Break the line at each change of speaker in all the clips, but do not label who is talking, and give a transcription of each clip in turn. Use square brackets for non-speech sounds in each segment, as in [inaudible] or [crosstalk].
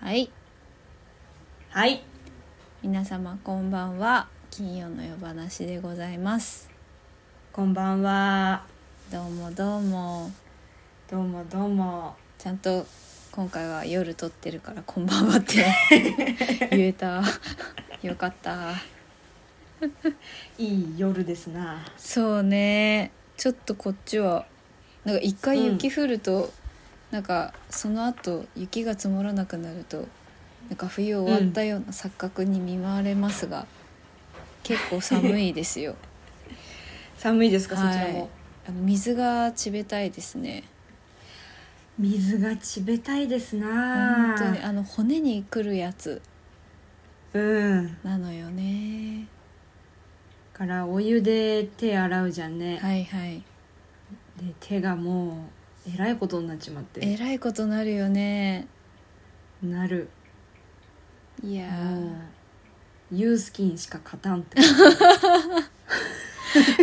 はい
はい
皆様こんばんは金曜の夜話でございます
こんばんは
どうもどうも
どうもどうも
ちゃんと今回は夜撮ってるからこんばんはって [laughs] 言えたよかった
いい夜ですな
そうねちょっとこっちはなんか一回雪降ると、なんかその後雪が積もらなくなるとなんか冬終わったような錯覚に見舞われますが、結構寒いですよ
寒いですか、そちら
はい
も
あの水が冷たいですね
水が冷たいです
本
な
当にあの骨にくるやつ
うん
なのよね
からお湯で手洗うじゃんね、
はいはい
で手がもうえらいことになっちまっ
え
て
らいことなるよね
なる
いやー
もうユースキンしか勝たんって
[laughs]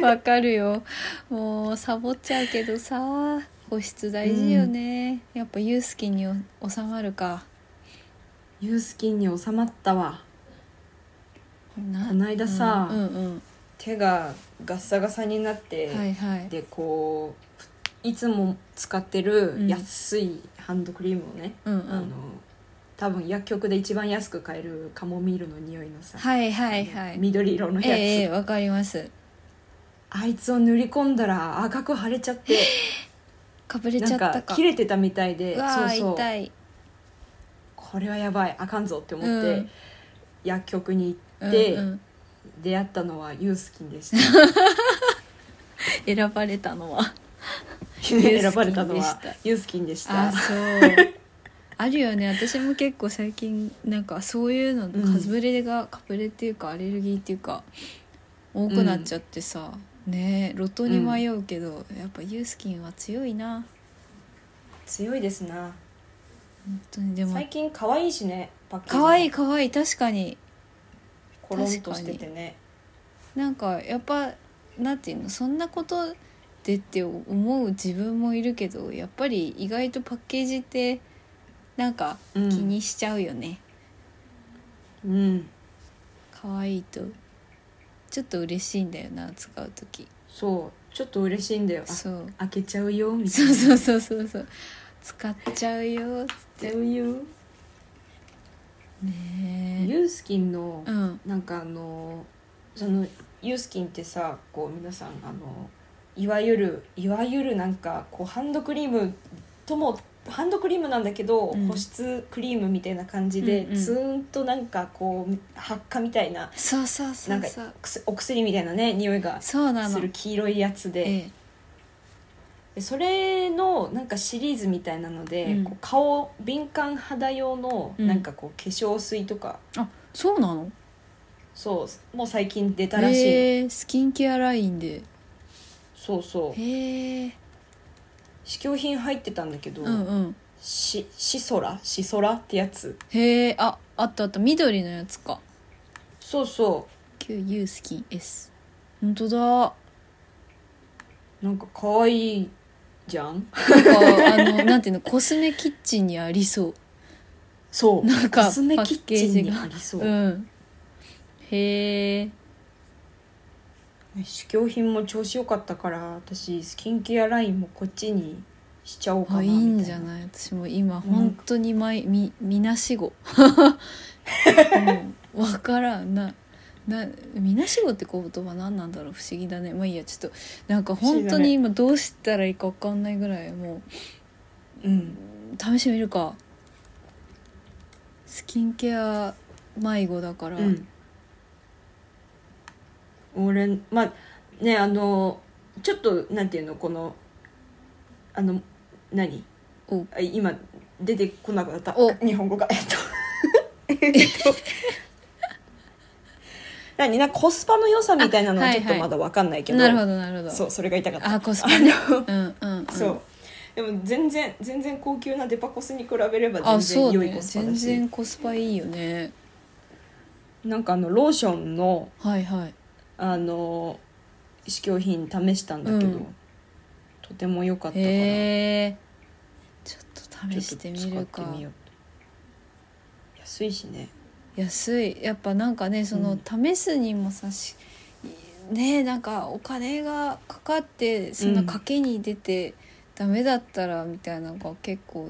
わかるよもうサボっちゃうけどさ保湿大事よね、やっぱユースキンにお収まるか
ユースキンに収まったわ
な
こないださ
うんうん
手がガッサガサになっ
う
て
んはいはい
でこういつも使ってる
うん
安いハンドクリームをね、
うんう
あの
ん
多分薬局で一番安く買えるカモミールの匂いのさ、
はいはいはい
緑色のやつ、
ええわかります
あいつを塗り込んだら赤く腫れち
[laughs]
ゃって
かぶれち
な
ゃ
ん
った
か
か
切れてたみたいで
うわあ
そうそう
痛い
これはやばいあかんぞって思って、
うん
薬局に行って、
うんうん、
出会ったのはユースキンでした
[laughs] 選ばれたのは
選ばれたの
ユースキンでし
は
た
ユース
あ
キンでした
そう [laughs] あるよね私も結構最近なんかそういうの
うん
かぶれがかぶれっていうかアレルギーっていうか多くなっちゃってさ、ねえ路頭に迷うけど、やっぱユースキンは強いな
強いですな
本当にでも
最近可愛いしねパッケージも
可愛い可愛い確かに
コロンとしててね
なんかやっぱなんていうのそんなことでって思う自分もいるけどやっぱり意外とパッケージってなんか
気
気にしちゃうよね、
うん
可愛いとちょっと嬉しいんだよな使う時
そうちょっと嬉しいんだよあ
そう
開けちゃうよみたい
そう
な
そうそうそうそう使っちゃうよ
開けちゃうよ
ね
ユースキンの
えうん
なんかあのそのユースキンってさこう皆さんあのいわゆるいわゆるなんかこうハンドクリームともハンドクリームなんだけど、
うん
保湿クリームみたいな感じで、
うんうん
ツーンとなんかこう発火みたいな
そうそうそうそ
な
う
くすお薬みたいなね匂いが
そうな
す
の
る黄色いやつで、
ええ
でそれのなんかシリーズみたいなので、
うん
こう顔敏感肌用の
うん
なんかこう化粧水とか、
あそうなの
そうもう最近出たらしい、
へえスキンケアラインで
そうそう
へえ
試供品入ってたんだけど、
うんうん
しシソラシソラってやつ
へえああったあった緑のやつか
そうそ
QU スキン S 本当だ
うなんか可愛いじゃん
なんかあのなんていうのコスメキッチンにありそう
そう
なんか
コスメキッチンにありそう
う、んへえ
試供品も調子良かったから私スキンケアラインもこっちにしちゃおうか
あ
ないみ
い
たいな。
んじゃない私も今本当にまいみみなしごもう分からんななみなしごって言葉何なんだろう不思議だねまあいいやちょっとなんか本当に今どうしたらいいか分かんないぐらいも
うん
う試してみるかスキンケア迷子だから、
うん、俺まあねあのちょっとなんていうのこのあの何
お
あ今出てこなくなった
お
日本語がえっとえっと何 [laughs] なんかコスパの良さみたいなの
あ
は
はい
ち
はい
ょっとまだ分かんないけど,、
なるほどなるほど
そうそれが痛かった
あコスパね
あの
うんうん、うん、
そうでも全然全然高級なデパコスに比べれば
あ
全
そ
然
う
良い
ね
コスパ
全
だし、
然コスパいいよね
なんかあのローションの
はいはい
あの試供品試したんだけど、
うん
とても良かったから
へえちょっと試
ち
し
ょってと
み
使っ
る
て
か
みよう安いし
[laughs]
ね
安いやっぱなんかねその、試すにもさしねえなんかお金がかかってそんな賭けに出てダメだったらみたいなのが結構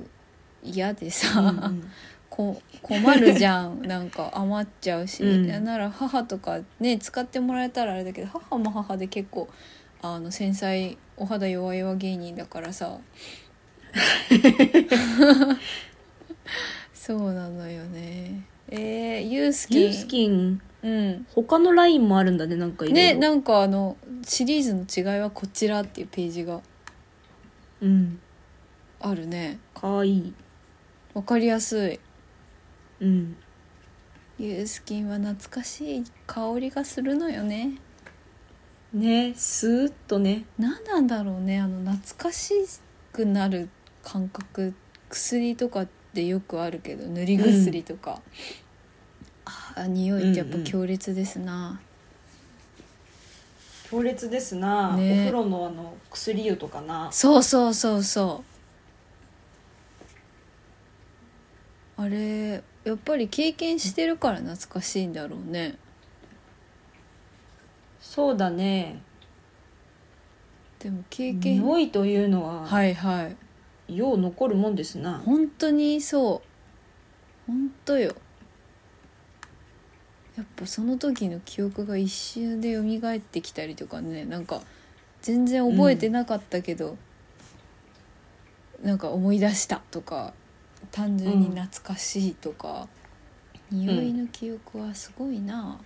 嫌でさ、
うん
[laughs]
うん
こ困るじゃん [laughs] なんか余っちゃうし、
うん
なら母とかね使ってもらえたらあれだけど母も母で結構あの繊細お肌弱々芸人だから
[laughs]
さそうなのよねえー、ユースキン
ユースキン
うん
他のラインもあるんだねなんかいろい
ね
ろ
なんかあのシリーズの違いはこちらっていうページが
うん
あるね
かわいい
わかりやすい
うん
ユースキンは懐かしい香りがするのよね
ねスーッとね
何なんだろうねあの懐かしくなる感覚薬とかでよくあるけど塗り薬とか、ああ匂いってやっぱ強烈ですな、
強烈ですな、
ね
お風呂のあの薬湯とかな
そうそうそうそうあれやっぱり経験してるから懐かしいんだろうね
そうだね
でも経験
匂いというのは、
はいはい
よう残るもんですな
本当にそう本当よやっぱその時の記憶が一瞬で蘇ってきたりとかねなんか全然覚えてなかったけど、なんか思い出したとか単純に懐かしいとか、匂いの記憶はすごいな、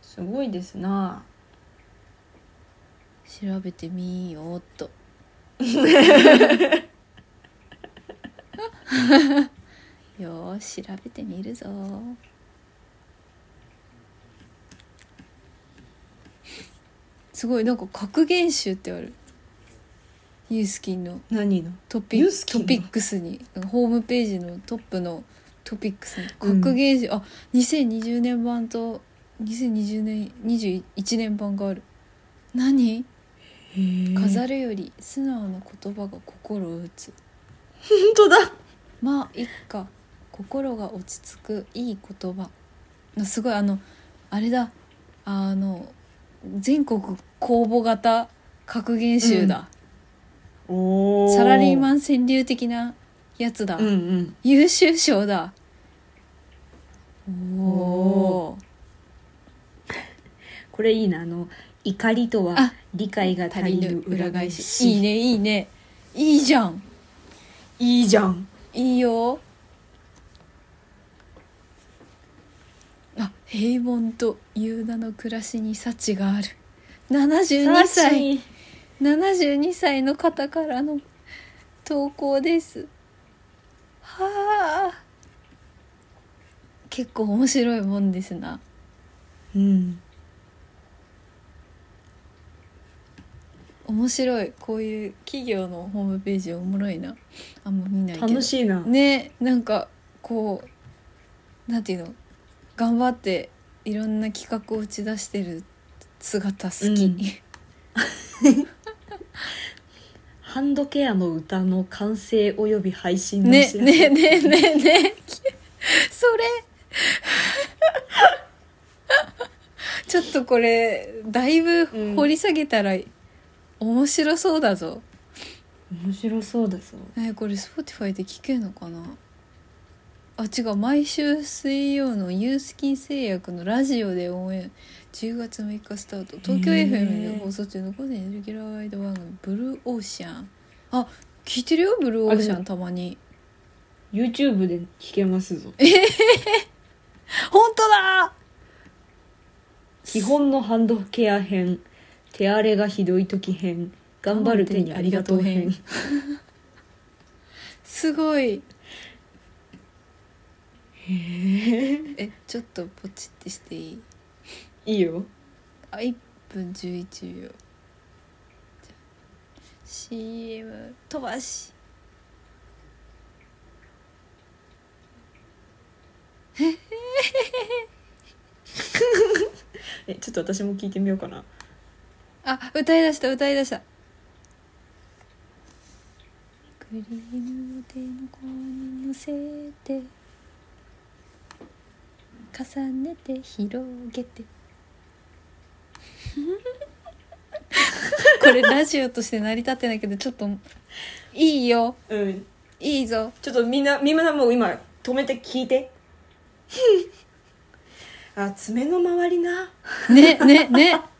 すごいですな
調べてみようっ
[laughs]
とよーし調べてみるぞすごいなんか格言集ってあるユースキンの
何の
トピ
ユースキン
ト
の
ピックスにホームページのトップのトピックスに格言集、あ2020年版と2020年21年版がある何飾
る
るより素直な言葉が心を打つ
本当だ
まあいっか心が落ち着くいい言葉なすごいあのあれだあの全国公募型格言集だ、
お
サラリーマ
ン
ン川柳的なやつだ、
うんうん
優秀賞だお
おこれいいなあの怒りとは
あ
理解が
ー
足
足
り
り
ぬ
ぬ
裏
裏
返
返
し
しいいねいいねいいじゃん
いいじゃん
いいよあ平凡と優雅の暮らしに幸がある72歳
に
72歳の方からの投稿ですはあ結構面白いもんですな
うん
面白いこういう企業のホームページおもろいなあんま見ないけど
楽しいな、
ねなんかこうなんていうの頑張っていろんな企画を打ち出してる姿好き、
うんハンドケアの歌の完成および配信の
ね
知らせ
ねねねねね [laughs] それちょっとこれだいぶ掘り下げたら面白そうだぞ、
面白そうだぞ
えこれ Spotify で聞けるのかなあ違う毎週水曜のユースキン製薬のラジオで応援10月6日スタート東京
へ
FM
ー
で放送中の午前レギュラーワイド番組「ブルーオーシャン」あ聞いてるよブルーオーシ
あ
ャン
でも
たまに
YouTube で聞けますぞ
本当だ
基本のハンドケア編手荒れがひどい時編頑張る手にありがとう編
[laughs] すごいえちょっとポチってしていい
いいよ
あ1分11秒 CM 飛ばし
えちょっと私も聞いてみようかな
あ歌いだした歌いだしたクリームを手の甲にのせて重ねて広げてこれラジオとして成り立ってないけどちょっといいよ
うん
いいぞ
ちょっとみんなみんなもう今止めて聞いて [laughs] あ爪の周りな
ねねねあ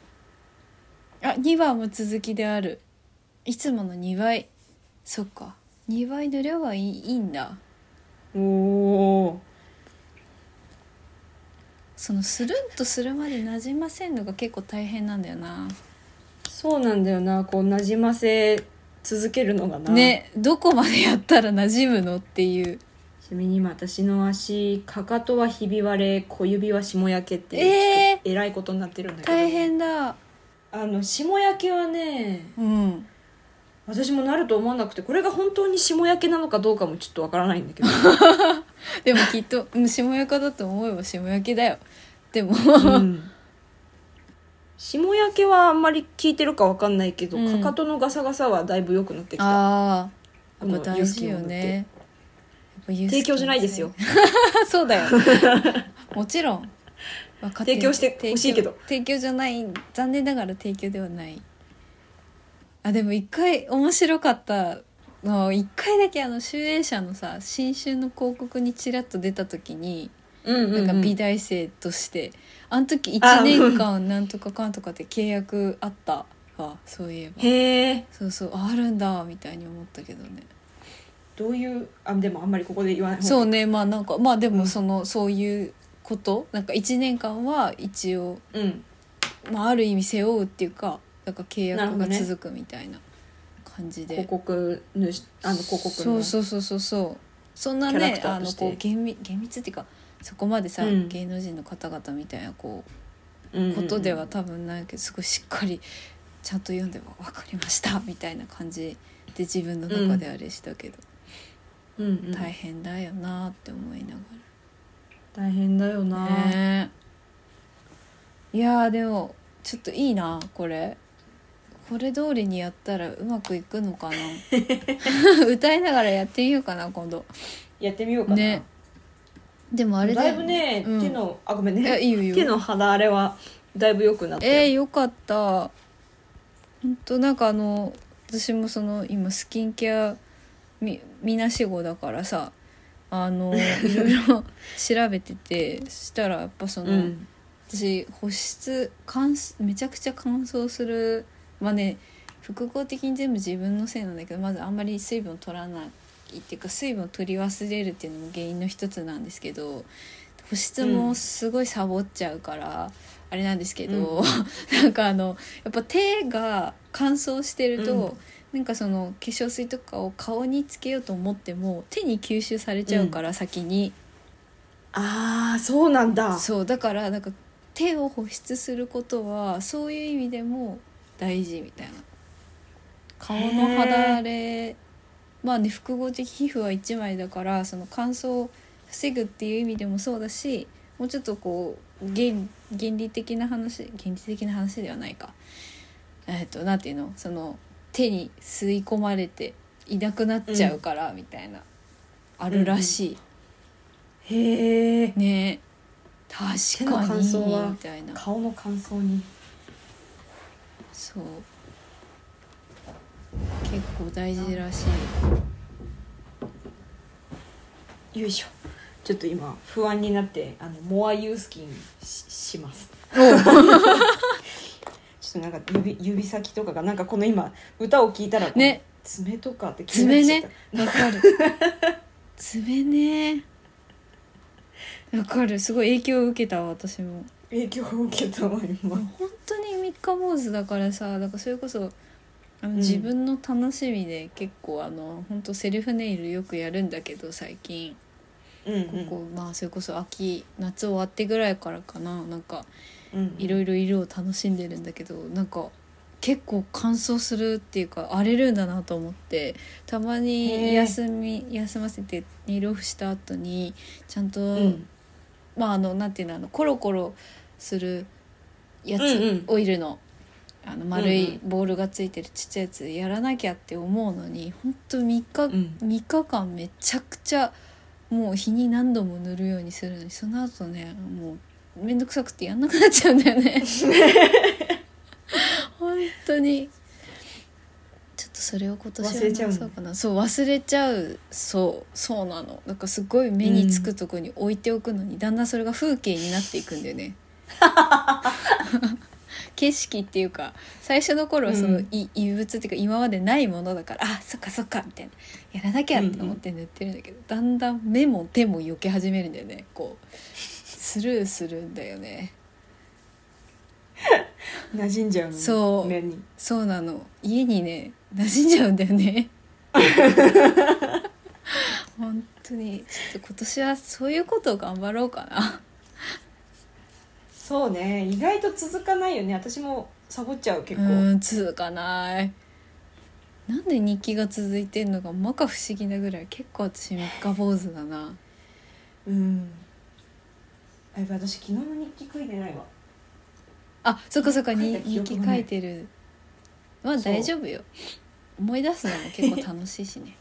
2番も続きであるいつもの2倍そっか2倍塗ればいいいいんだ
おお
そのスルンとするまで馴染ませんのが結構大変なんだよな
そうなんだよなこうなじませ続けるのがな
ねどこまでやったら馴染むのっていう
ちなみに今私の足かかとはひび割れ小指は霜焼けって
えー
ちょっとえらいことになってるんだけど
大変だ
あの霜焼けはね
うん
私もなると思わなくてこれが本当に霜焼けなのかどうかもちょっとわからない
[laughs]
んだけど
でもきっとうん霜焼けだと思えば霜焼けだよで
[laughs]
も、
うん霜焼けはあんまり効いてるかわかんないけど、
うん
かかとのガサガサはだいぶ良くなってきた
ああ
こ
やっぱ
の
大事よね
提供じゃないですよ
[laughs] そうだよ
[laughs]
もちろん分か
提供してほしいけど
提供提供じゃない残念ながら提供ではないあでも一回面白かったの一回だけあの集英社のさ新春の広告にちらっと出た時に、
うんうん、うん、
なんか美大生としてあの時1年間なんとかかんとかって契約あったわそういえば
へえ
そうそうああるんだみたいに思ったけどね
どういうあでもあんまりここで言わない方が
そうねまあなんかまあで
う
も
ん
その、そういうことなんか1年間は一応、
うん
まあ、ある意味背負うっていうかなんか契
な
約
るほど
が
ね
続くみたいな感じで、
広告主あの広告
そ
の
うそうそうそうそうそんな
キャラ
ね
ク
あ
ターと
の
して
こう厳密厳密っていうかそこまでさ、
うん
芸能人の方々みたいなこ
うんうんう
うんことでは多分ないけどすごいしっかりちゃんと読んでわかりましたみたいな感じで自分の中であれしたけど、
うんうん
大変だよなって思いながら。
大変だよな、
ねえいやーでもちょっといいなこれこれ通りにやったらうまくいくのかな [laughs] 歌いながらやってみようかな今度
やってみようかな、
ねでもあれ
だ
だ
い
よ
ぶね、
うん
手のあごめん
いやい
ね
いよいいよ
手の肌荒れはだいぶ良くなったよ
えー、よかったほんとなんかあの私もその今スキンケアみみなしごだからさあ
[laughs]
のいろいろ調べててそしたらやっぱその、
うん
私保湿乾燥めちゃくちゃ乾燥するまあね複合的に全部自分のせいなんだけどまずあんまり水分を取らないっていうか水分を取り忘れるっていうのも原因の一つなんですけど保湿もすごいサボっちゃうから、あれなんですけど、なんかあのやっぱ手が乾燥してると、
うん
なんかその化粧水とかを顔につけようと思っても手に吸収されちゃうから、先に。
ああそうなんだ
そうだからなんか手を保湿することはそういう意味でも大事みたいな顔の肌荒れまあね複合的皮膚は1枚だからその乾燥を防ぐっていう意味でもそうだしもうちょっとこう原原理的な話原理的な話ではないかえっ、となんていうのその手に吸い込まれていなくなっちゃうから、みたいなあるらしい。
へえ
ね確か
手の乾
に
燥は
みたいな
顔の乾燥に
そう結構大事らしい
よいしょちょっと今不安になってあのモアユースキンしします [laughs] ちょっとなんか指指先とかがなんかこの今歌を聞いたら
ね
爪とかって気になっ
爪
ちゃった
ねわか [laughs] る爪ねわかるすごい影響を受けたわ私も
影響を受けたわ今
本当に三日坊主だからさだからそれこそあの、
うん
自分の楽しみで結構あの本当セルフネイルよくやるんだけど最近
うんうん
ここ、まあそれこそ秋夏終わってぐらいからかななんか
うん
いろいろ色を楽しんでるんだけどなんか結構乾燥するっていうか荒れるんだなと思ってたま
へ
に
え
休み休ませてネイルオフした後にちゃんと、
うん
まああのなんていうのあのコロコロするやつ、
うんうん
オイルのあの丸
うん
いボールがついてるちっちゃいやつやらなきゃって思うのに本当三日、
うん
3日間めちゃくちゃもう日に何度も塗るようにするのにその後ねもう面倒くさくてやんなくなっちゃうんだよ
[laughs]
ね本当にちょっとそれを今年は
忘れちゃうの
直そうかなそう忘れちゃうそうそうなのだからすごい目につくとこに置いておくのに、だんだんそれが風景になっていくんだよ
[laughs]
ね景色っていうか最初の頃はその、
うん
い異物っていうか今までないものだからあそっかそっかみたいなやらなきゃって思って塗ってるんだけど、だんだん目も手も避け始めるんだよねこうスルーするんだよね
馴染んじゃうの
そう
目に
そうなの家にね馴染んじゃうんだよ
[laughs]
ね本当にちょっと今年はそういうことを頑張ろうかな
そうね意外と続かないよね私もサボっちゃう結
う
構、
ん続かないなんで日記が続いてんのかまか不思議なぐらい結構私三日坊主だな
うん。あやばい私昨日の日記書いてないわ。
あそっかそっかに
書
日
いた記
記
憶が
書
ない
いてるまあ
そう
大丈夫よ思い出すのも結構楽しいし
[laughs]
ね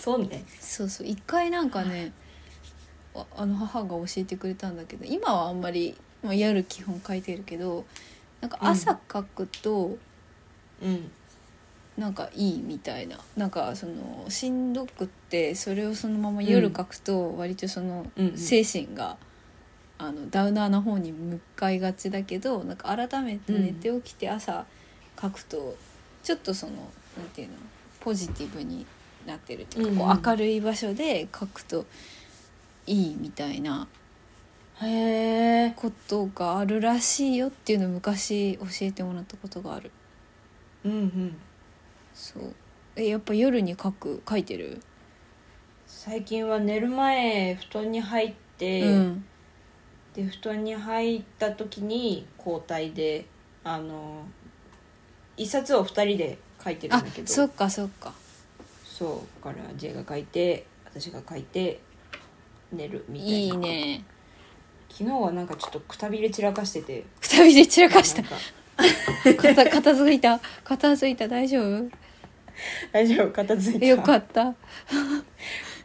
そうね。
そうそう一回なんかねああの母が教えてくれたんだけど今はあんまり、まあ、夜基本書いてるけどなんか朝書くと
うん。
なんかいいみたいな、なんかそのしんどくってそれをそのまま夜書くと割とその
うんうん
精神が、あのダウナーな方に向かいがちだけどなんか改めて寝て起きて朝書くとちょっとそのなんていうのポジティブになってるっていうか、
うん
こ
う
うん明るい場所で書くといいみたいな
へえ。
ことがあるらしいよっていうのを昔教えてもらったことがある。
うんうん。
そうえやっぱ夜に書く書いてる、
最近は寝る前布団に入って、
うん
で布団に入った時に交代であの一冊を二人で書いてるんだけど。
あそっかそっか
そう。だから J が書いて私が書いて寝るみたいな。
いい。ね
昨日はなんかちょっとくたびれ散らかしてて。
くたびれ散らかした
[laughs] なんか
片片付いた片付いた大丈夫
大丈夫片付いた。
えよかった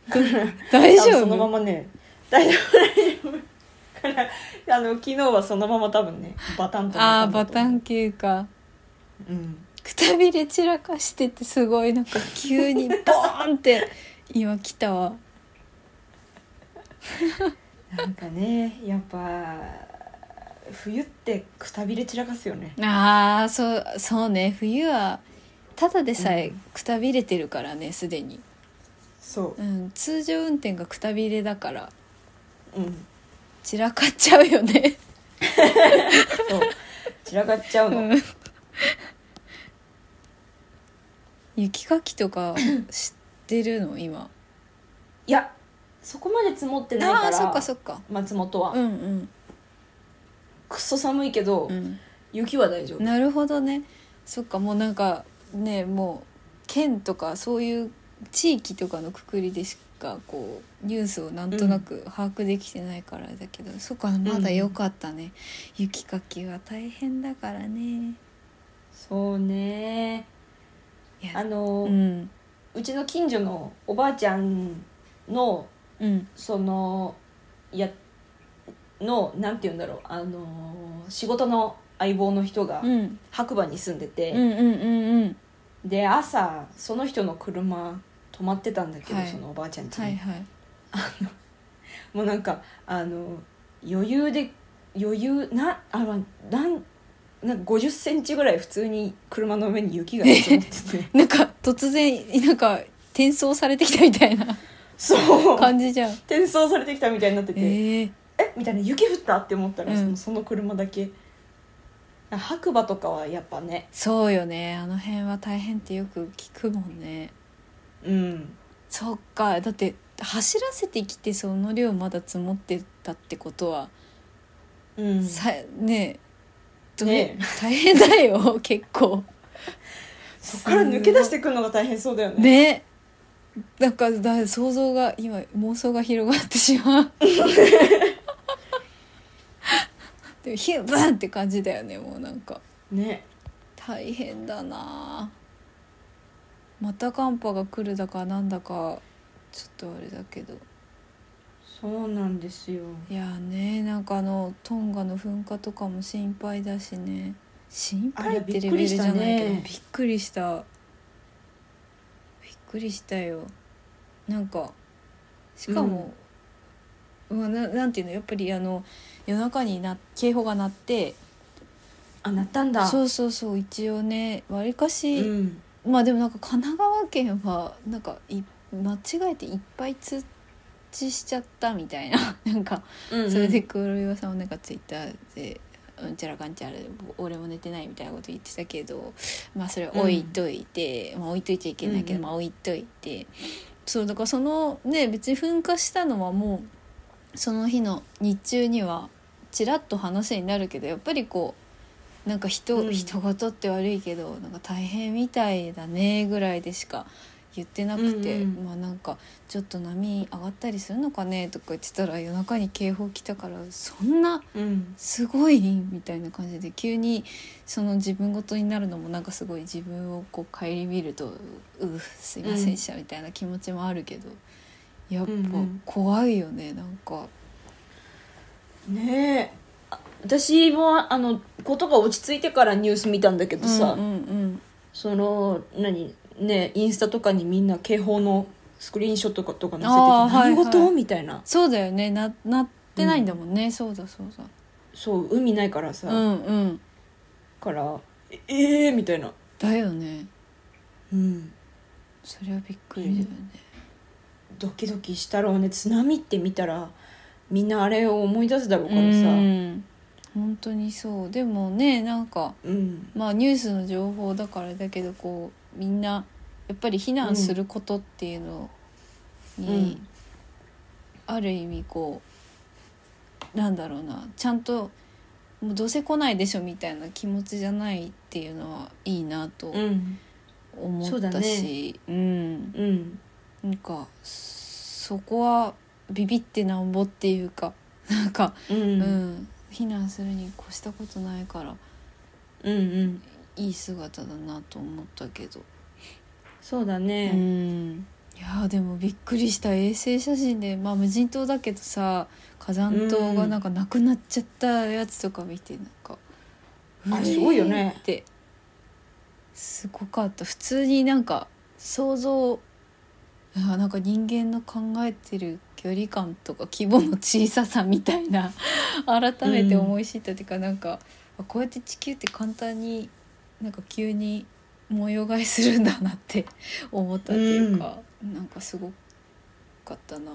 [laughs]
大
多分
丈
そのま
夫
まね大丈夫大丈夫からあの昨日はそのまま多分ねバタンと
ああー
寝た
バ
んだと
タ
思う
ン系か
うん
くたびれ散らかしてってすごいなんか急にボーンって今来たわ
なんかねやっぱ冬ってくたびれ散らかすよね
あーそうそうね冬はただでさえ
うん
くたびれてるからねすでに、
そ
うん、通常運転がくたびれだから
ううん
散らかっちゃうよね
そう散らかっちゃうの、
うん [laughs] 雪かきとか知ってるの今
いやそこまで積もってない
あ
か
あ
ら
そっかそっか
松本は、
うんうん
くっそ寒いけど、
うん
雪は大丈夫
なるほどねそっかもうなんかねもう県とかそういう地域とかのくくりでしかこうニュースをなんとなく把握できてないからだけど、そっかまだ良かったね、雪かきは大変だからね
そうね
いや
あの、
う
うんちの近所のおばあちゃんの
うん
そのやのなんて言うんだろうあのー仕事の相棒の人が
うん
白馬に住んでて、
うんうんうんうん
で朝その人の車止まってたんだけど、
はい
そのおばあちゃん家に、
はいはい
もうなんかあの余裕で余裕なあのなんなんか50センチぐらい普通に車の上に雪が積もって
[laughs]
て
なんか突然なんか転送されてきたみたいな
そう
感じじゃん。
転送されてきたみたいになってて、
ええ
えみたいな雪降ったって思ったら、
うん
そのその車だけ白馬とかはやっぱね
そうよねあの辺は大変ってよく聞くもんね。
うん
そっかだって走らせてきてその量まだ積もってたってことは、
うん
さねえどう
ねえ
大変だ
[laughs]
よ結構。
そっから抜け出してくるのが大変そうだよね
ねなんかだ想像が今妄想が広がってし
[laughs]
まうでもヒューバンって感じだよねもうなんか
ね
大変だなあまた寒波が来るだかなんだかちちょっとあれだけど
そうなんですよ
いやーねなんかあのトンガの噴火とかも心配だしね心配ってレベルじゃないけど
あ
び
れ
っくりしたびっくりしたよなんかしかも、うわななんていうのやっぱりあの夜中にな警報が鳴って
あなったんだ
そうそうそう一応ねわりかし、
うん
まあでもなんか神奈川県はなんかい [laughs] 間違えていっぱい通知しちゃったみたいななんか
うんうん
それで黒岩さんもなんかツイッターで「うんちゃらかんちゃら俺も寝てない」みたいなこと言ってたけどまあそれ置いといて、まあ置いといちゃいけないけど、
うんうん
まあ置いといてそうだからそのね別に噴火したのはもうその日の日中にはちらっと話になるけどやっぱりこうなんか人、
うん
人事って悪いけどなんか大変みたいだねぐらいでしか言ってなくて、
うんうん
まあなんかちょっと波上がったりするのかねとか言ってたら夜中に警報来たからそんな
うん
すごいみたいな感じで急にその自分事になるのもなんかすごい自分をこう顧みるとううすいませんでしたみたいな気持ちもあるけど、やっぱ
うんうん
怖いよねなんか。
ねえあ私もあのことが落ち着いてからニュース見たんだけどさ、
うんうん
その何ねインスタとかにみんな警報のスクリーンショットとかとか載せてて
あーはい
何事、
はい
みたいな
そうだよねななってないんだもんね、そうだそう
そう海ないからさ、
だうんうん
からええー、みたいな
だよね
うん
それはびっくりだよね、
ドキドキしたろうね津波って見たらみんなあれを思い出すだろう
う
からさ
ん本当にそうでもねなんか
うん
まあニュースの情報だからだけどこうみんなやっぱり避難することっていうのに、
うん
ある意味こうなんだろうなちゃんともうどうせ来ないでしょみたいな気持ちじゃないっていうのはいいなと
うん
思
そう
っ
だ
た
ね
し、うん、
うん
なんかそこはビビってなんぼっていうかなんか、
う
うん
ん
避難するに越したことないから
うんうん
いい姿だなと思ったけど、
そうだ
う
ね
んいやーでもびっくりした衛星写真で、まあ、無人島だけどさ火山島がなんかなくなっちゃったやつとか見てなんか「う
あれ
えー
すごいよね
ってすごかった普通になんか想像あなんか人間の考えてる距離感とか規模の小ささみたいな [laughs] 改めて思い知ったっていうか、なんかあこうやって地球って簡単になんか急に模様替えするんだなって [laughs] 思ったっていうか、なんかすごかったな。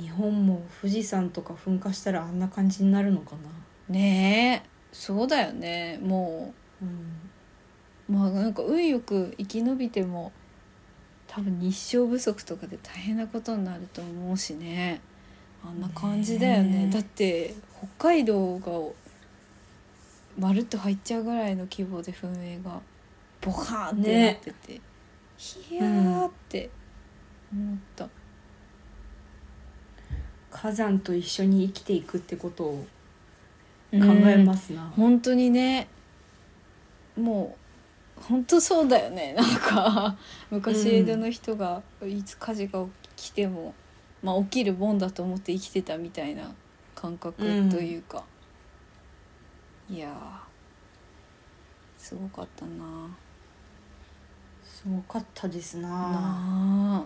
日本も富士山とか噴火したらあんな感じになるのかな
ねえそうだよねも
うん
うまあなんか運よく生き延びても多分日照不足とかで大変なことになると思うしねあんな感じだよね
ねえ
だって北海道がまるっと入っちゃうぐらいの規模で噴煙がボカーンってなってて、ひやーって思った。
火山と一緒に生きていくってことを考えますな、
本当にねもう本当そうだよね [laughs] なんか昔江戸の人がいつ火事が起きても、まあ、起きるもんだと思って生きてたみたいな感覚というか、いやーすごかったな
すごかったですな
なあ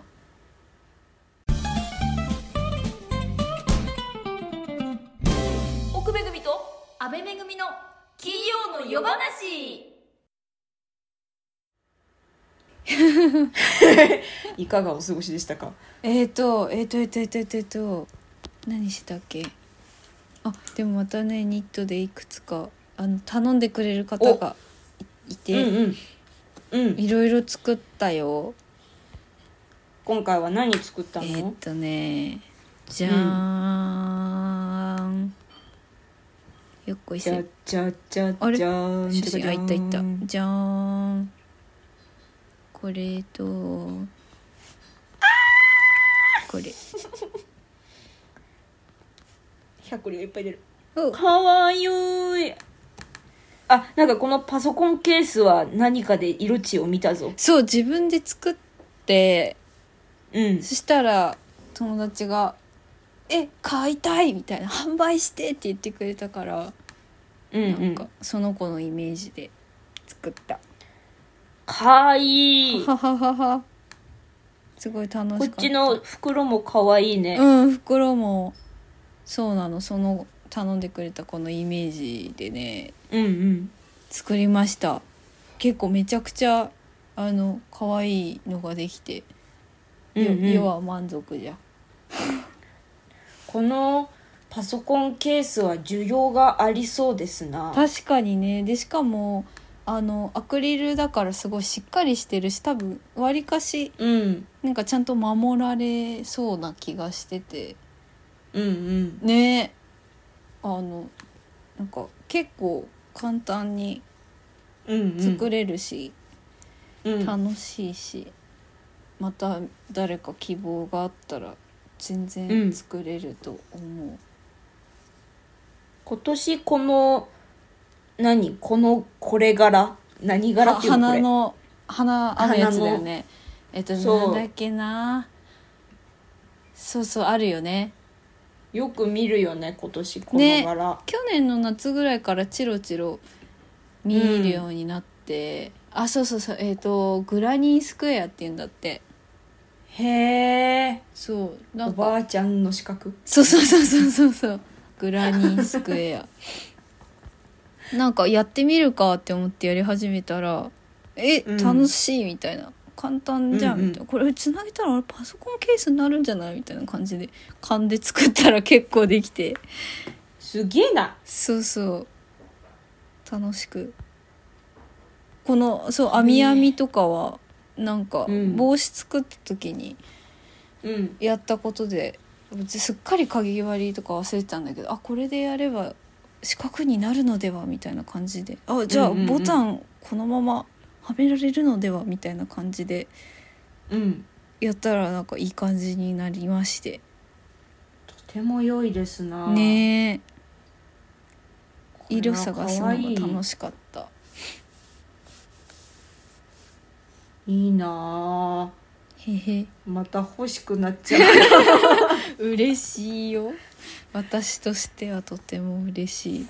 奥めぐみと安倍めぐみの金曜の夜話
いかがお過ごしでしたか
えっ、とえっ、とえっ、とえっ、とえっ、とえっ、と何したっけあでもまたねニットでいくつかあの頼んでくれる方がいいて、
うんうんうん
いろいろ作ったよ。
今回は何作った
えー
の、
っとね、じゃーん。よっこい
じ
せ。
ゃじゃじゃ
あれ
じゃーん
写真あいたいた
じゃじゃーん。
じゃーん。これと。これ。
百両いっぱい出る
お
かわいいあなんかこのパソコンケースは何かで色地を見たぞ
そう自分で作って
うん
そしたら友達が「え買いたい!」みたいな「販売して!」って言ってくれたから、
うんう
なん
ん
かその子のイメージで作った
かわいい
ははははすごい楽しかっ
こ
た
っちの袋もかわいいね、
うん袋もそうなのその頼んでくれた子のイメージでね
うん、うん
作りました結構めちゃくちゃあの可愛いのができて、
うんうん
よ世は満足じゃん
このパソコンケースは需要がありそうですな
確かにねでしかもあのアクリルだからすごいしっかりしてるし多分わりかし
うん
なんかちゃんと守られそうな気がしてて
うんうん
ねあのなんか結構簡単に
うんうん
作れるし、
うん
楽しいしまた誰か希望があったら全
う
然
ん
作れると思う、
今年この何このこれ柄何柄っていうのこ
花
れ
の花あるやつだよ
花
ねえっと
そう
なんだっけなそうそうあるよね
よく見るよね今年この柄、
去年の夏ぐらいからチロチロ見るようになって、あそうそうそうえっ、とグラニースクエアっていうんだって
へえ
そうな
お
んか
ばあちゃんの資格
そうそうそうそうそう
[laughs]
そうグラニースクエアなんかやってみるかって思ってやり始めたらえ、
うん
楽しいみたいな簡単じゃん
うんうん
みたいな、これつなげたらあれパソコンケースになるんじゃないみたいな感じで勘で作ったら結構できて
すげえな
そうそう楽しくこのそう編み編みとかはなんか
うん
帽子作った時に
うん
やったことですっかりかぎ針とか忘れてたんだけどあこれでやれば四角になるのではみたいな感じであじゃあ
うんうんうん
ボタンこのままはめられるのではみたいな感じで
うん
やったらなんかいい感じになりまして
とても良いですな
ね
こ
え
れは
色探すのが
可愛い
楽しかった
いいなあ
へへ
また欲しくなっちゃう
[laughs] 嬉しいよ私としてはとても嬉しい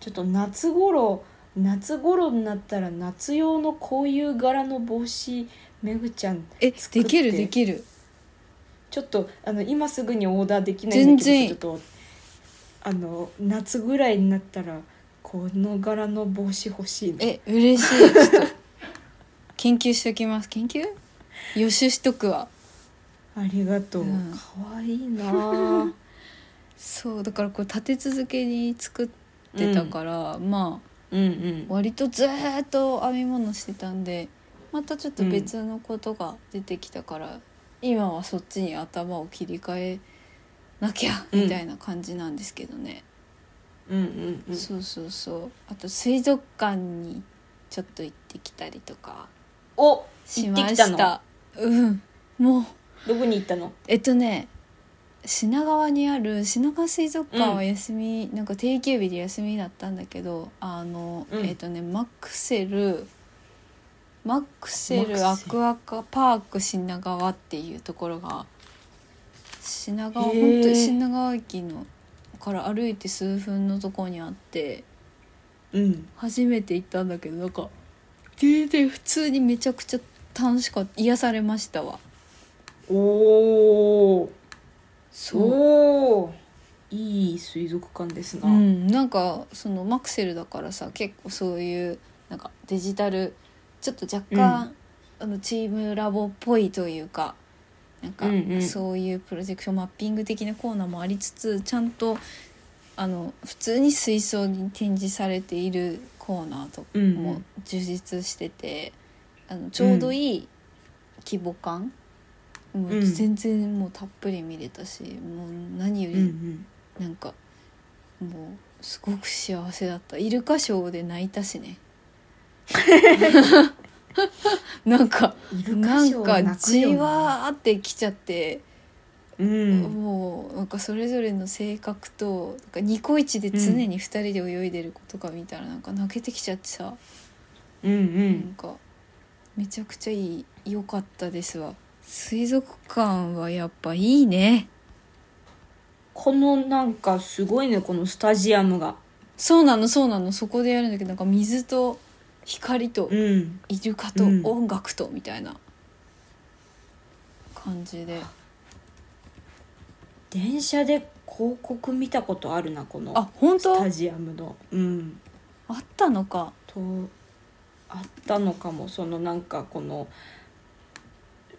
ちょっと夏頃夏頃になったら夏用のこういう柄の帽子めぐちゃん
え
作っ
で
て
きるできる
ちょっとあの今すぐにオーダーできないんだ
全然
けどちょっとあの夏ぐらいになったらこの柄の帽子欲しいね
え嬉しいちょ
[laughs]
っと研究しときます研究予習しとくわ
ありがとう、
うん
かわいい
[laughs]
なあ
そうだからこれ立て続けに作ってたから、まあ
うんうん
割とずーっと編み物してたんでまたちょっと別のことが出てきたから、今はそっちに頭を切り替えなきゃ
うん
みたいな感じなんですけどね、
うんうんうん
そうそうそうあと水族館にちょっと行ってきたりとか
お
し
行って
ま
き
したた
の
うんもう
どこに行ったの
えっとね品川にある品川水族館は休み、なんか定休日で休みだったんだけどあの、
うん
えっとねマクセルマクセル
マ
ア
クセ
クアカパーク品川っていうところが品川
へ
本
ー
当に品川駅のから歩いて数分のとこにあって
うん
初めて行ったんだけどなんか全然普通にめちゃくちゃ楽しかった癒されましたわ
おお
そう
おーいい水族館ですな、
うん、なんかそのマクセルだからさ結構そういうなんかデジタルちょっと若干、あのチームラボっぽいというかなんか
うんうん
そういうプロジェクションマッピング的なコーナーもありつつちゃんとあの普通に水槽に展示されているコーナーとか
うん
も充実してて、あのちょうどいい規模感、もう全然もうたっぷり見れたしもう何よ
う
り
んうん
なんかもうすごく幸せだったイルカショーで泣いたし
[laughs]
ねなんか
イルカ
な
シ
ん
ョー
か
泣く
じ
よ
わーってきちゃって、
うん
もうなんかそれぞれの性格となんかニコイチで常に2人で泳いでる子とか見たらなんか泣けてきちゃってさ、
うんう
なん
ん
かめちゃくちゃいい良かったですわ水族館はやっぱいいね
このなんかすごいねこのスタジアムが
そうなのそうなのそこでやるんだけどなんか水と光と
うん
イルカと
うん
音楽とみたいな感じで、
電車で広告見たことあるなこの
あ本
ス
当
タジアムのうん
あったのか
とあったのかもそのなんかこの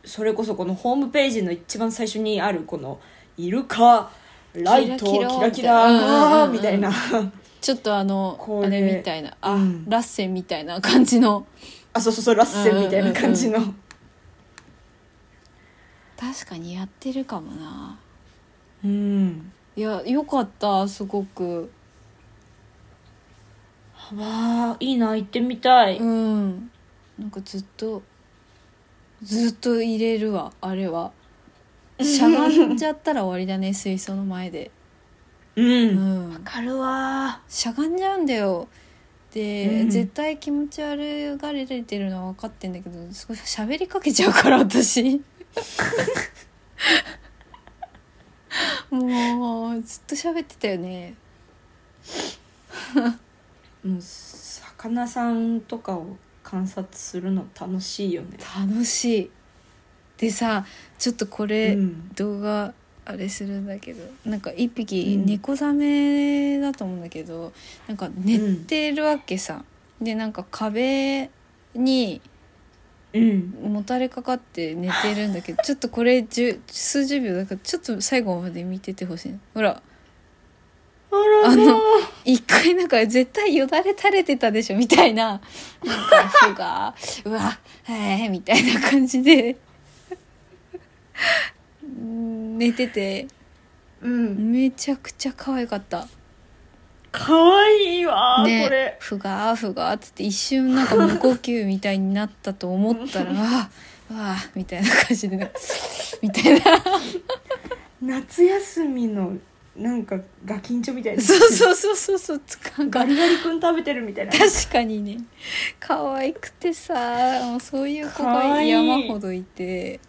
それこそこのホームページの一番最初にあるこの「イルカライト
キ
キ
ラ
ラ
キ
キ
ラ
ラ
うんうんうんうん
みたいな
ちょっとあの
こ
あ
れ
れみたいなあ、
うん
ラッセンみたいな感じの
あそうそうそうラッセンみたいな感じの
確かにやってるかもな
うん
いやよかったすごく
わあいいな行ってみたい
うんなんかずっとずっと入れるわあれ
[laughs]
はしゃがんじゃったら終わりだね水槽の前で
う
うん
わ
ん
かるわ
しゃがんじゃうんだよで、
うん
絶対気持ち悪がられてるのは分かってんだけどすごい喋りかけちゃうから
[laughs]
私もうずっと喋ってたよね
もう魚さんとかを観察するの楽しいよね
楽しいでさちょっとこれ、
うん
動画あれするんだけどなんか一匹
うん
猫ザメだと思うんだけど、なんか寝てるわけさ、でなんか壁に
うん
もたれかかって寝てるんだけど [laughs] ちょっとこれじゅ数十秒だからちょっと最後まで見ててほしいほら
あら
あ
ま
の一回なんか絶対よだれ垂れてたでしょみたいななんか人がうわえー、みたいな感じでうん寝てて
うん
めちゃくちゃ可愛かった
可愛いわー、こ
ね
れ
ふがーふがーっつって一瞬なんか無呼吸みたいになったと思ったら [laughs] わあわあみたいな感じでなんかみたいな
夏休みのなんかガキンチョみたいな
そうそうそうそうそうつかん
ガ
か
リガリ君食べてるみたいな
確かにね可愛くてさもうそういう子
可
が
愛い
山ほどいて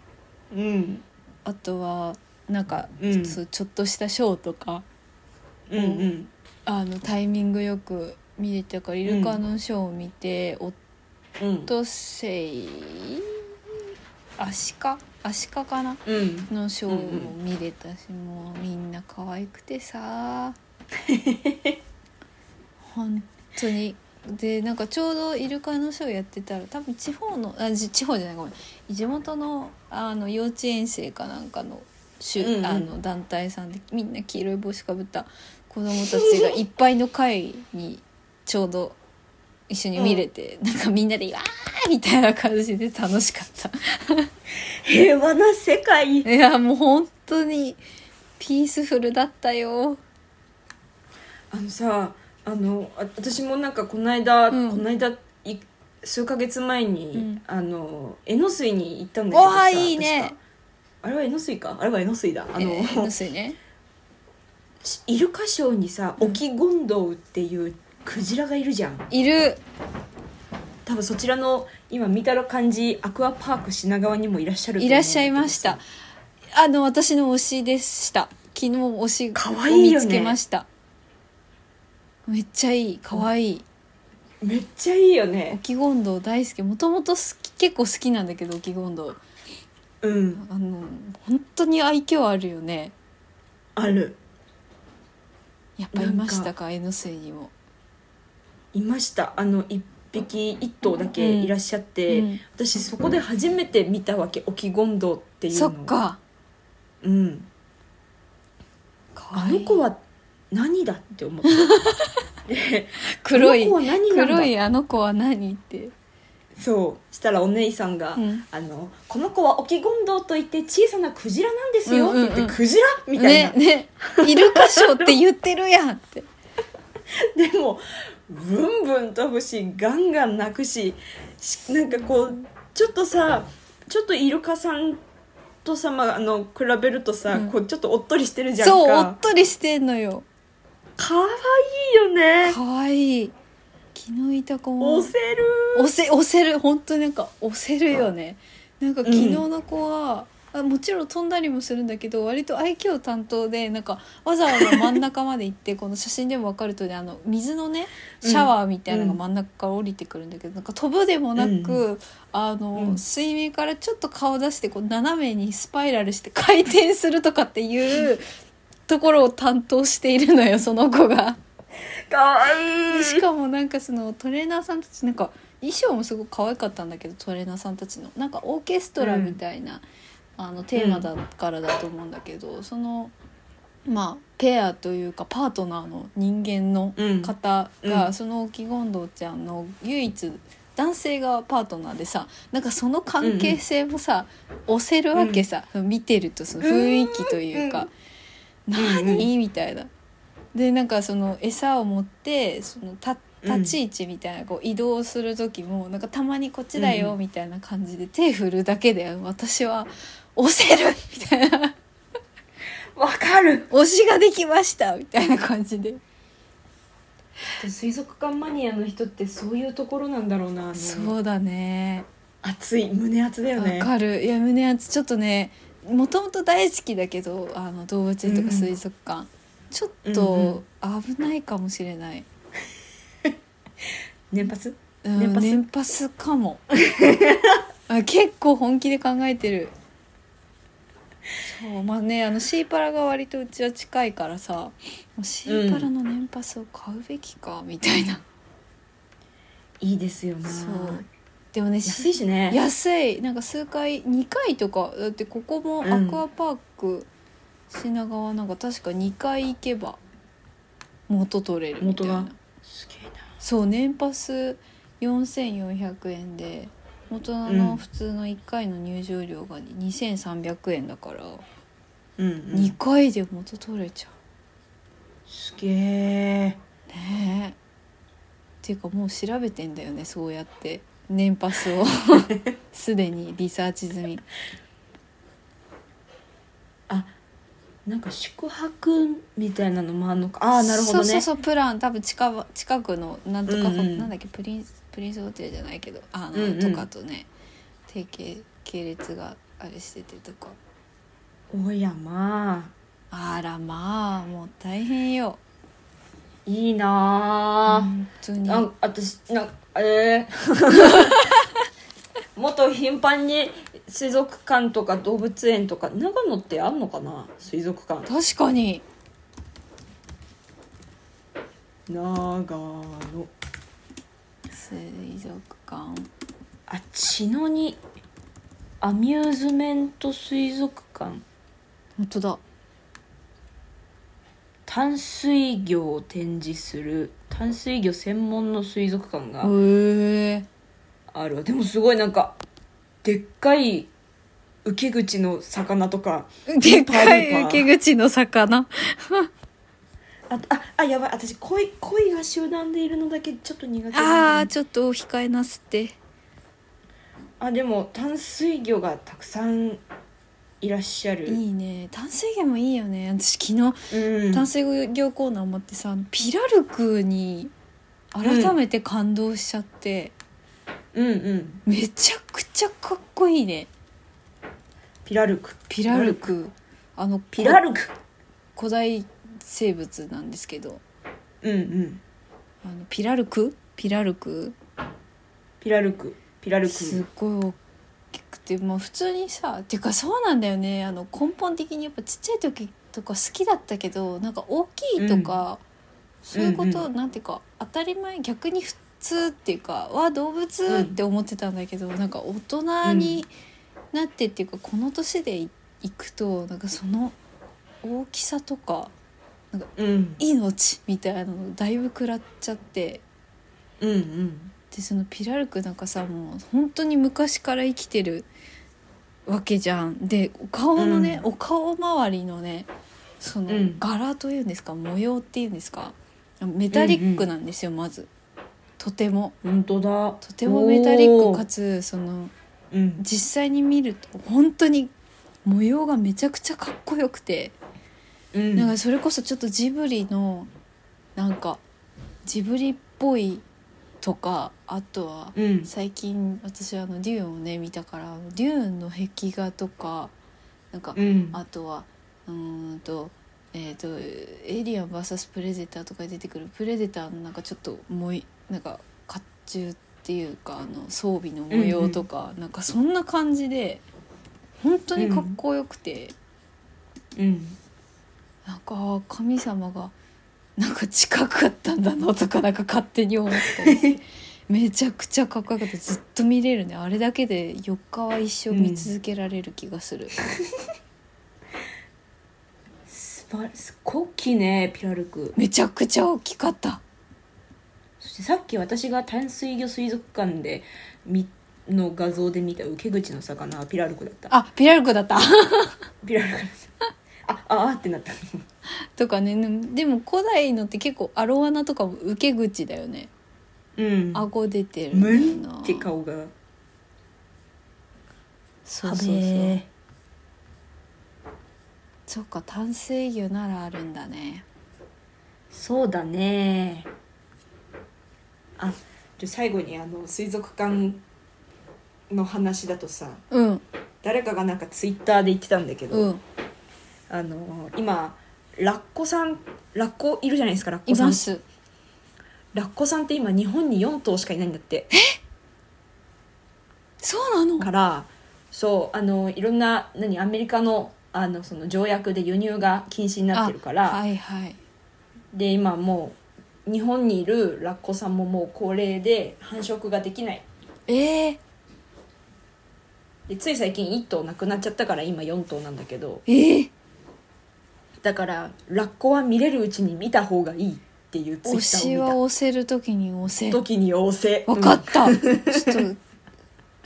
うん
あとはなんか、
うん
そうちょっとしたショーとか
うんうん
あのタイミングよく見れたからイルカのショーを見て、おっ
うん
とセイアシカアシカかな
うん
のショーも見れたし、もうみんな可愛くて
[laughs]
さ本当にでなんかちょうどイルカのショーやってたら多分地方のあじ地方じゃないごめん地元のあの幼稚園生かなんかのしゅ、
うんうん
あの団体さんでみんな黄色い帽子かぶった子供たちがいっぱいの会にちょうど一緒に見れて、なんかみんなで「わー!」みたいな感じで楽しかった。
平和な世界
いやもう本当にピースフルだったよ。
あのさあのあ私もなんかこの間、
うん
この間い数ヶ月前に、
うん
あの江ノ水に行ったんだけ
お
どさ
ーいいね
確か。あれは江ノ水かあれは江ノ水だあ
あの、
の、
え
[laughs]
ー、薄いね。
イルカショーにさ
うん
オキゴンドウっていうクジラがいるじゃん
いる。
多分そちらの今見たら感じアクアパーク品川にもいらっしゃると
い
思
うらっしゃいました。あの私の推しでした。昨日推し
か
を
わいいよ
見
ね
つけました。めっちゃいい可愛いい。
めっちゃいいよ
オ
ね
キゴンドウ大好き。もともと好き結構好きなんだけどオキゴンドウ。
うん
あの本当に愛嬌あるよね。
ある
やっぱいました
なん
か江ノ水にも。
いましたあの一匹一頭だけいらっしゃって、
うん
私そこで初めて見たわけオキゴンドウっていうの
そ
を
っか。
うん
可
あ
愛い
の
い
子は何だって思ったで
黒い
あの子は何なんだ
黒いあの子は何って。
そうしたらお姉さんが、
うん
あの「この子はオキゴンドウといって小さなクジラなんですよ」って言って
うんうんうん
クジラ?」みたいな、
ねねイルカショーって言ってるやん
[laughs]
って
でもブンブン飛ぶしガンガン鳴くししなんかこうちょっとさちょっとイルカさんとさ、まあ、あの比べるとさ、
うん
こうちょっとおっとりしてるじゃんか
そうおっとりしてんのよ
かわいいよね
かわいいき昨日いた子も
押せる
押せ押せる本当になんか押せるよねなんか昨日の子は、あもちろん飛んだりもするんだけど割と愛嬌担当でなんかわざわざ真ん中まで行ってこの写真でも分かるとねあの水のねシャワーみたいなのが真ん中から降りてくるんだけど、なんか飛ぶでもなく、あの、
うん
水面からちょっと顔出してこう斜めにスパイラルして回転するとかっていうところを担当しているのよその子が。
かわい
で
い
しかもなんかそのトレーナーさんたちなんか衣装もすごく可愛かったんだけどトレーナーさんたちのなんかオーケストラみたいな、あのテーマだからだと思うんだけど、そのまあペアというかパートナーの人間の
うん
方
う
が
ん
その沖権藤ちゃんの唯一男性がパートナーでさなんかその関係性もさ、押せるわけさ、見てるとその雰囲気というか「
ん
何?」みたいな。でなんかその餌を持ってそのた
うん
立ち位置みたいなこう移動する時もなんかたまにこっちだ
うん
よ
う
みたいな感じで手振るだけで私は押せるみたいな [laughs]
わかる
押しができましたみたいな感じで
水族館マニアの人ってそういうところなんだろうな
そうだね
熱い胸熱だよ
わ
ね
かるいや胸熱ちょっとねもともと大好きだけどあの動物園とか水族館、ちょっと危ないかもしれない、
年発
うん
年パス
年パスか
[laughs]
もあ結構本気で考えてるそうまあねあのシーパラが割とうちは近いからさもうシーパラの年パスを買うべきかみたいな、
いいですよな
そうでもねし
安いしね
安いなんか数回2回とかだってここも
うん
アクアパーク品川なんか確か2回行けば元取れるみたい
元
な
がすげえな
そう年パス4400円で大人の普通の1回の入場料が2300円だから、
うん、
2回で元取れちゃ
すげえ
うねえっていうかもう調べてんだよねそうやって年パス
[laughs]
をすでにリサーチ済み
なんか宿泊みたいなのもあんのかああなるほど
そう
ね
そうそうプラン多分近場近くのなんとかホ、
うんうん
なんだっけプリンスプリンスホテルじゃないけどあの、
うんうん
とかとね提携系列があれしててとか
おやま
あらまあもう大変よ
あいいなあ、
本当に
あ私な [laughs] えー、もっと頻繁に水族館とか動物園とか長野ってあんのかな水族館
確かに
長野
水族館
あ茅野にアミューズメント水族館
本当だ
淡水魚を展示する淡水魚専門の水族館が
へえ
あるわでもすごいなんかでっかい受け口の魚とか
でっかい
パー
受け口の魚
あああやばい私恋恋が集団でいるのだけちょっと苦手
あ
な
あ
んだ
ちょっとお控えなすって
あでも淡水魚がたくさんいらっしゃる
いいね淡水魚もいいよね私昨日
うん
淡水魚コーナーもあってさピラルクに改めて感動しちゃって、
うんうん
めちゃくちゃかっこいいね
ピラルク
ピラルクあの
ピラルク
古代生物なんですけど
うんうん
あのピラルクピラルク
ピラルクピラルク
すっごい大きくてまあ普通にさてかそうなんだよねあの根本的にやっぱちっちゃい時とか好きだったけどなんか大きいとか、そういうこと、
うんう
なんていうか当たり前逆に普通っていうかは動物って思ってたんだけど、なんか大人になってっていうかこの年でいいくとなんかその大きさとか
うん
命みたいなのだいぶ食らっちゃって。
うんうん
でそのピラルクなんかさもう本当に昔から生きてるわけじゃんでお顔のね、お顔周りのねその
うん
柄というんですか、模様っていうんですかメタリックなんですよ、まずとても
本当だ
とてもメタリッ
お
ク
ー
かつその
うん
実際に見ると本当に模様がめちゃくちゃかっこよくて、
うん
なんかそれこそちょっとジブリのなんかジブリっぽいとかあとは
うん
最近私あのデューンをね見たからデューンの壁画とかなんか
うん
あとはうーんとえっ、と「エイリアン VS プレデター」とかに出てくるプレデターのなんかちょっともいなんか甲冑っていうかあの装備の模様とか、なんかそんな感じで本当にかっこよくて、
うん
なんかあー神様がなんか近かったんだなとかなんか勝手に思ったり
[laughs]
してめちゃくちゃかっこよかったずっと見れるねあれだけで4日は一生見続けられる気がする。
すばすごきねピラルク
めちゃくちゃ大きかった
そしてさっき私が淡水魚水族館でみの画像で見た受け口の魚はピラルクだった
あピラルクだった [laughs]
ピラルクだったあああってなった
とかねでも古代のって結構アロワナとかも受け口だよね
うん
顎出てる
ム
んだよ
ン
な
って顔が
そうそうそうそっか淡水魚ならあるんだね
そうだねあじゃあ最後にあの水族館の話だとさ
うん
誰かがなんかツイッターで言ってたんだけど、
うん
あの今ラッコさんラッコいるじゃないですかラッ
い
コさ
ま
ん
す
ラッコさんって今日本に4頭しかいないんだって
そうなの
からそうあのいろんな何アメリカのあのその条約で輸入が禁止になってるから、
はいはい
で今もう日本にいるラッコさんももう高齢で繁殖ができない
えー、
でつい最近1頭亡くなっちゃったから今4頭なんだけど
えー、
だからラッコは見れるうちに見た方がいいっていうツイ
推
ッタ
しは
ーを見
押せる時に押せ
た時に仰せ
わか
うん
った、ちょっと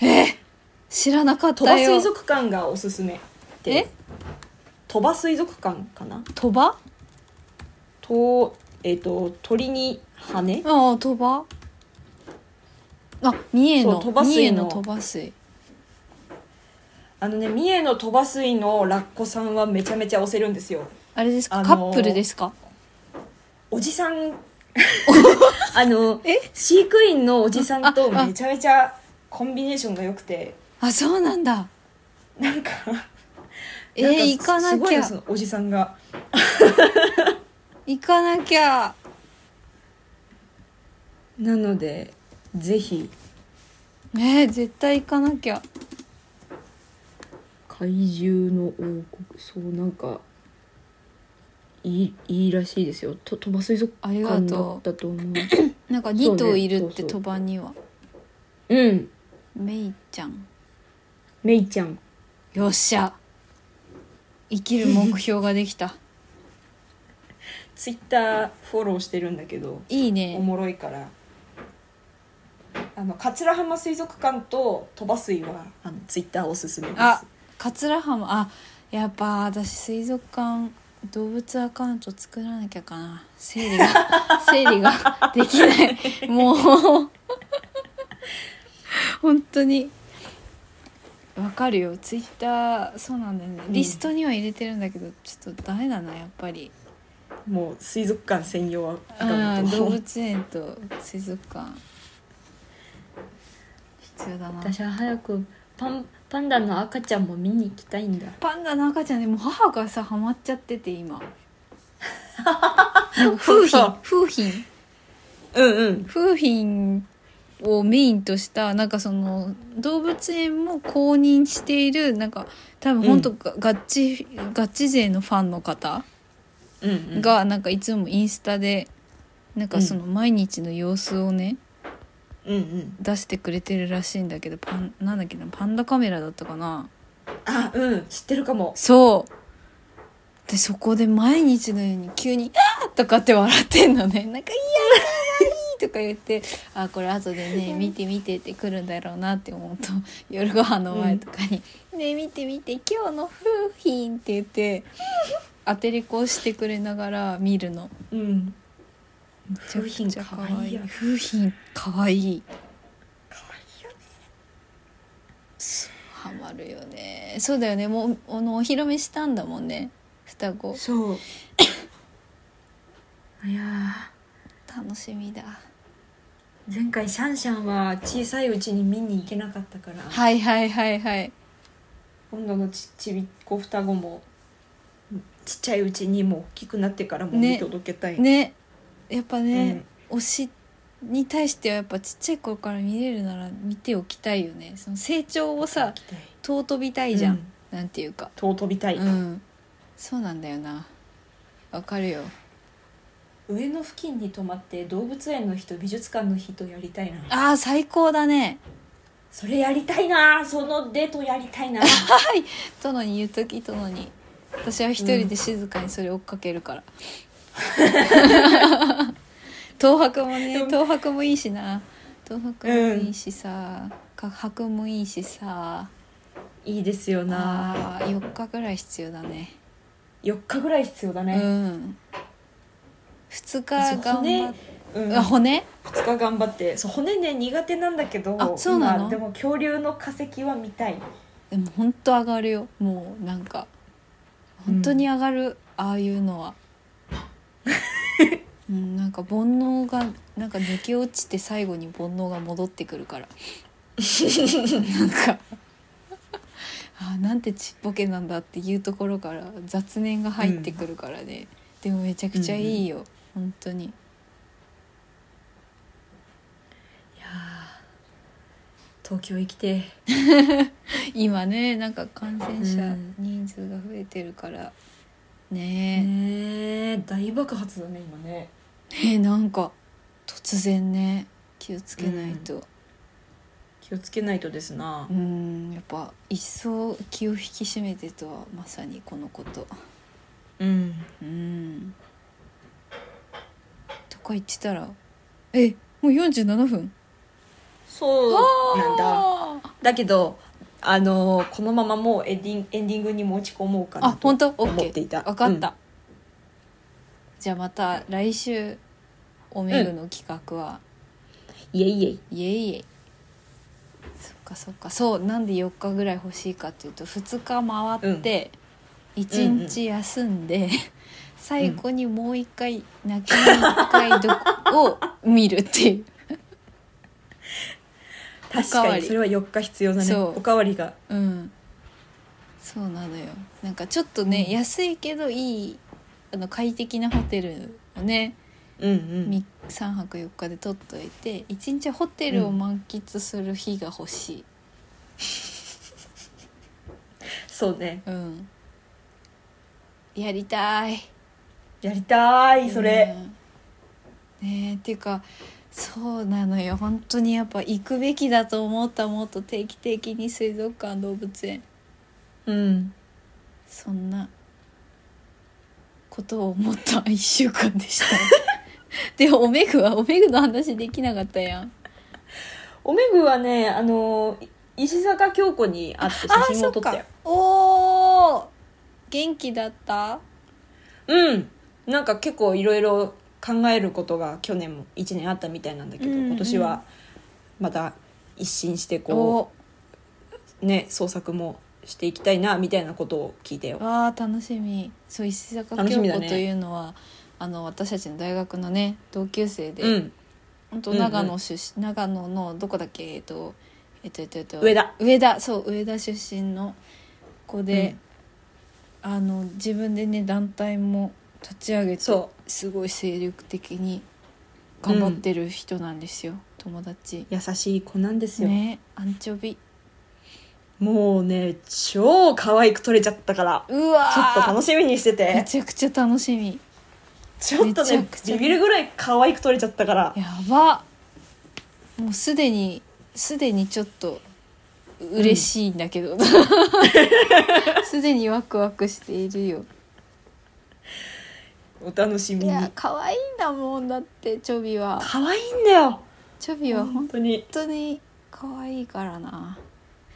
えー、
[laughs]
知らなかっ
鳥羽
たよ
水族館がおすすめって
え
鳥羽水族館かな
鳥羽
と,、えー、と鳥に羽
ああ鳥羽あ三重の
そう鳥羽水の
三重の鳥羽水
あのね三重の鳥羽水のラッコさんはめちゃめちゃ押せるんですよ
あれですか、
あのー
カップルですか
おじ
[laughs]
さんあの飼育員のおじさんと
ああ
めちゃめちゃコンビネーションが良くて
あそうなんだ
なんか
え
なん
ー、行か
す
な
ご
き
い
ゃ
のそのおじさんが
行かなきゃ
なのでぜひ
ねえ絶対行かなきゃ
怪獣の王国そうなんかいいいいらしいですよと鳥羽水族
ありが
館だ
と
ったと思う
なんか
そう
2
ね
頭いるって
そうそ
鳥
う
羽には
うん
メイちゃん
めいちゃん
よっしゃ生きる目標ができた
ツイッターフォローしてるんだけど
いい
お
ね
もろいからあの桂浜水族館と鳥羽水はあのツイッターおすすめです
あ桂浜あやっぱ私水族館動物アカウント作らなきゃかな整
[laughs]
理が整理ができないもう本当にわかるよツイッターそうなんだよね
ん
リストには入れてるんだけど、ちょっとダメだなやっぱり
もう水族館専用は
うん動物園と水族館必要だな
は早くパンパンダの赤ちゃんも見に行きたいんだ
パンダの赤ちゃんねもう母がさハマっちゃってて
[laughs]
今なんか風
そ
品風
う
品
うんうん
風品をメインとしたなんかその動物園も公認しているなんか多分本当が、ガッチガチ勢のファンの方
うんうん
がなんかいつもインスタでなんかその毎日の様子をね
うんうん
出してくれてるらしいんだけどパンなんだっけなパンダカメラだったかな
あうん知ってるかも
そうでそこで毎日のように急に「あーとかって笑ってんのねなんか「いやーかわいい」とか言って「あーこれ後でね見て見て」って来るんだろうなって思うと夜ご飯の前とかに「ね見て見て今日の風品」って言って当てれこをしてくれながら見るの
うん風
め
品
ちゃくちゃ
か
可
わ
愛
いいよ
風品かわいい
かわいいよね
ハマるよねそうだよねもうあのお披露目したんだもんね双子
そう [coughs] いや
楽しみだ
ー前回シャンシャンは小さいうちに見に行けなかったから
はいはいはいはい
今度のちちびっこ双子もちっちゃいうちにもう大きくなってからも
ね
見届けたい、
ねやっぱ
うん
ね、推しに対してはやっぱちっちゃい頃から見れるなら見ておきたいよねその成長をさ
行きたい
尊びたいじゃん、
うん
なんていうか
尊びたい、
うんそうなんだよなわかるよ
上野付近に泊まって動物園の人美術館の人やりたいな
あー最高だね
それやりたいなそのデートやりたいな
殿に言うとき殿に私は一人で静かにそれ追っかけるから、東博もね
でも
東博もいいしな東博もいいしさ、か博もいいしさ
[laughs] いいですよな
あー4日ぐらい必要だね
4日ぐらい必要だ
う
ね、
ん2日
そう
頑張っ
うん
あ骨
2日頑張ってそう骨ね苦手なんだけど
あそうなの
今でも恐竜の化石は見たい
でも本当上がるよもうなんか本当に上がる、ああいうの [laughs] はうんなんか煩悩がなんか抜け落ちて最後に煩悩が戻ってくる [laughs] からなんかああなんてちっぽけなんだっていうところから雑念が入ってくるからね、でもめちゃくちゃいいよ、本当に
いやー東京行きて
今ねなんか感染者人数が増えてるからねえ
ねえ大爆発だね今ね
えなんか突然ね気をつけないと
気をつけないとですな
うんやっぱ一層気を引き締めてとはまさにこのこと
うん
うんとか言ってたらえもう47分
そうなんだ
あ
だけどあのーこのままもうエンディンエンディングに持ち込もうかな
あ
と
本当オ
思
ッ
って
ケ
いた
ー分かった、
うん
じゃあまた来週おめぐの企画は、
いえいえ
いえいえそっかそっかそうなんで4日ぐらい欲しいかっていうと2日回って1日休んで、最後にもう一回泣きの一回どこを見るっていう、
確
おかわ
か
り
にそれは4日必要だね
そう
おかわりが
うん、そうなのよなんかちょっとね、
うん
安いけどいいあの快適なホテルをね、
うんうん
み3泊4日で取っといて1日ホテルを満喫する日が欲しい、
そうね
うん、やりたい
やりたいそれ、
うんねえっていうかそうなのよ本当にやっぱ行くべきだと思ったもっと定期的に水族館動物園
うん
そんなことを思った1週間でした [laughs] でおめぐはおめぐの話できなかったやん
おめぐはねあのーい石坂京子に会って写真を撮ったよ
おお元気だった
うんなんか結構いろいろ考えることが去年も1年あったみたいなんだけど、
うんうん
今年はまた一新してこ
お
うね創作もしていきたいなみたいなことを聞いてよ
わあ楽しみそう石坂
楽し
京
みだ
子
ね
というのは、あの私たちの大学のね同級生で、
うん
本当
うんうん
長野出身、長野のどこだっけえっとえっとえっとえっと
上田
上田そう上田出身の子で、あの自分でね団体も立ち上げて
そ
すごい精力的に頑張ってる人なんですよ、友達
優しい子なんですよ、
ねアンチョビ
もうね超可愛く撮れちゃったから
うわ
ちょっと楽
し
しみにして
め
て
ちゃくちゃ楽しみ
ちょっと
めちゃ
ね
くちゃ
ビビるぐらい可愛く撮れちゃったから
やばもうすでにすでにちょっと嬉しいんだけどす、でにワクワクしているよ
お楽しみ
い
に
や可愛いんだもんだってチョビは
可愛いんだよ
チョビは本
本当に
当に可愛いからな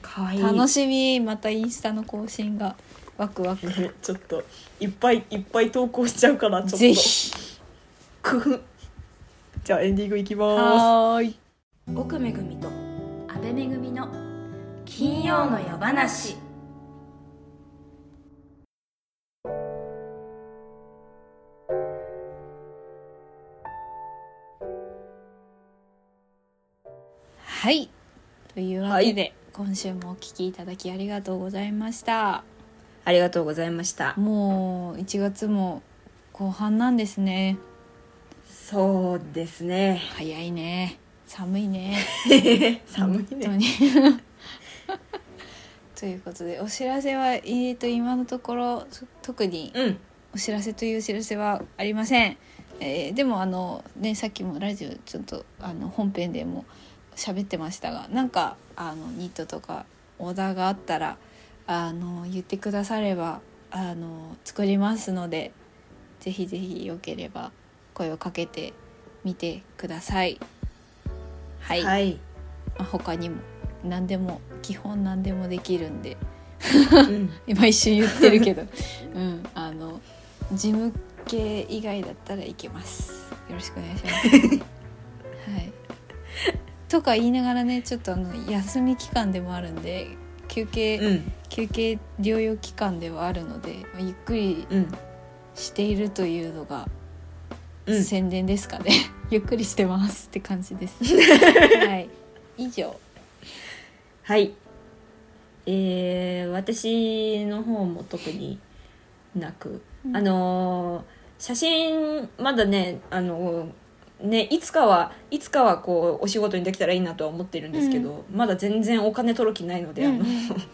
可愛い
楽しみまたインスタの更新がワクワク
ねちょっといっぱいいっぱい投稿しちゃうからちょっと
ぜひ
工夫じゃあエンディングいきま
はーい
す奥めぐみと
阿部恵の金曜の夜話
はいというわけで、今週もお聞きいただきありがとうございました
ありがとうございました
もう1月も後半なんですね
そうですね
[laughs] 早いね寒いね
[laughs] 寒いね
本当に [laughs] ということでお知らせは、えー、と今のところそ特に
うん
お知らせというお知らせはありません、えーでもあのねさっきもラジオちょっとあの本編でも喋ってましたがなんかあのニットとかオーダーがあったらあの言ってくださればあの作りますのでぜひぜひよければ声をかけてみてください。はい、 [laughs]
はい、
まあ他にも何でも基本何でもできるんで
うん、
今一瞬言ってるけどうんあの事務系以外だったらいけますよろしくお願いしますはいとか言いながらねちょっとあの休み期間でもあるんで休憩、
うん
休憩療養期間ではあるのでゆっくり
うん
しているというのが
うん
宣伝ですかね、 [laughs] ゆっくりしてますって感じです
[laughs]
はい以上
はいえー、私の方も特になく、
うん
あのー写真まだねあのーねいつかはいつかはこうお仕事にできたらいいなとは思ってるんですけど、まだ全然お金取る気ないので、
うん
あの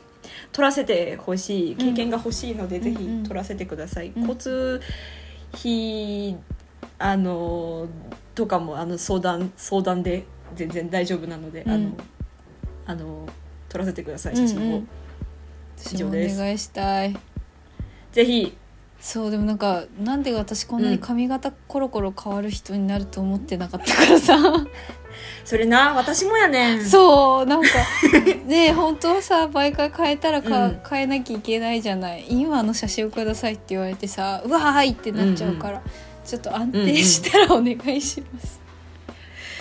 [laughs] 取らせてほしい経験が欲しいので、
ん
ぜ
う
ひ
んうん
取らせてください、
うん
交通費あのーとかもあの相談相談で全然大丈夫なので、あ
う
の
ん
あの撮らせてください写真を、
うんうん私もお願いしたい
ぜひ
そうでもなんかなんで私こんなに髪型コロコロ変わる人になると思ってなかったからさ、
それな私もやねん
そうなんかねえ本当は
[laughs]
さ毎回変えたらか、
うん
変えなきゃいけないじゃない今の写真をくださいって言われてさうわーいってなっちゃうから、ちょっと安定したらお願いします、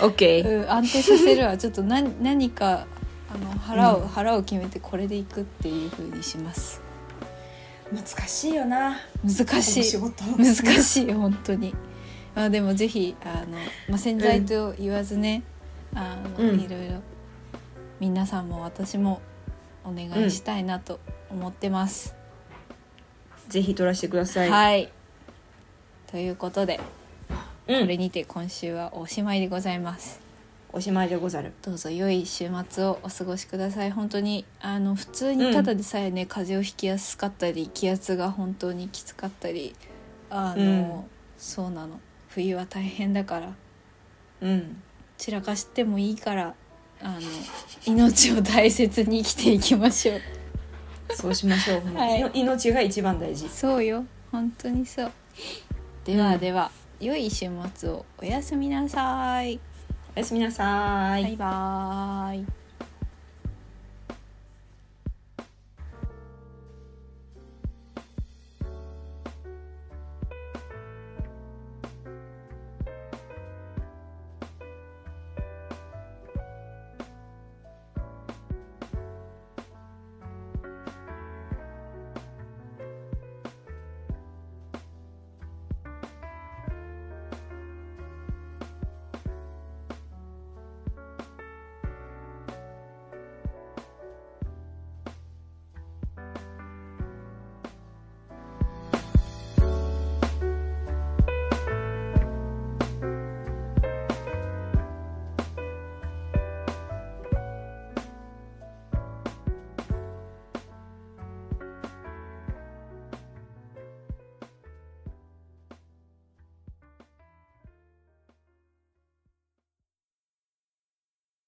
うん
OK
安定させるはちょっと何何かあの腹を、
うん
腹を決めてこれでいくっていう風にします
難しいよな
難しい
お仕事
難しい本当に、まあ、でもぜひあの、まあ、洗剤と言わずね、あの
うん
いろいろ皆さんも私もお願いしたいなと思ってます、
ぜひ撮らせてください、
はいということで
う
こ
ん
れにて今週はおしまいでございます
おしまいでござる
どうぞ良い週末をお過ごしください本当にあの普通にただでさえね、風邪をひきやすかったり気圧が本当にきつかったりあの、そうなの冬は大変だから
うん
散らかしてもいいからあの命を大切に生きていきましょう
そうしましょう、
[laughs] はい
いの命が一番大事
そうよ本当にそうではでは、良い週末をおやすみなさい、
おやすみなさーい
バイバーイ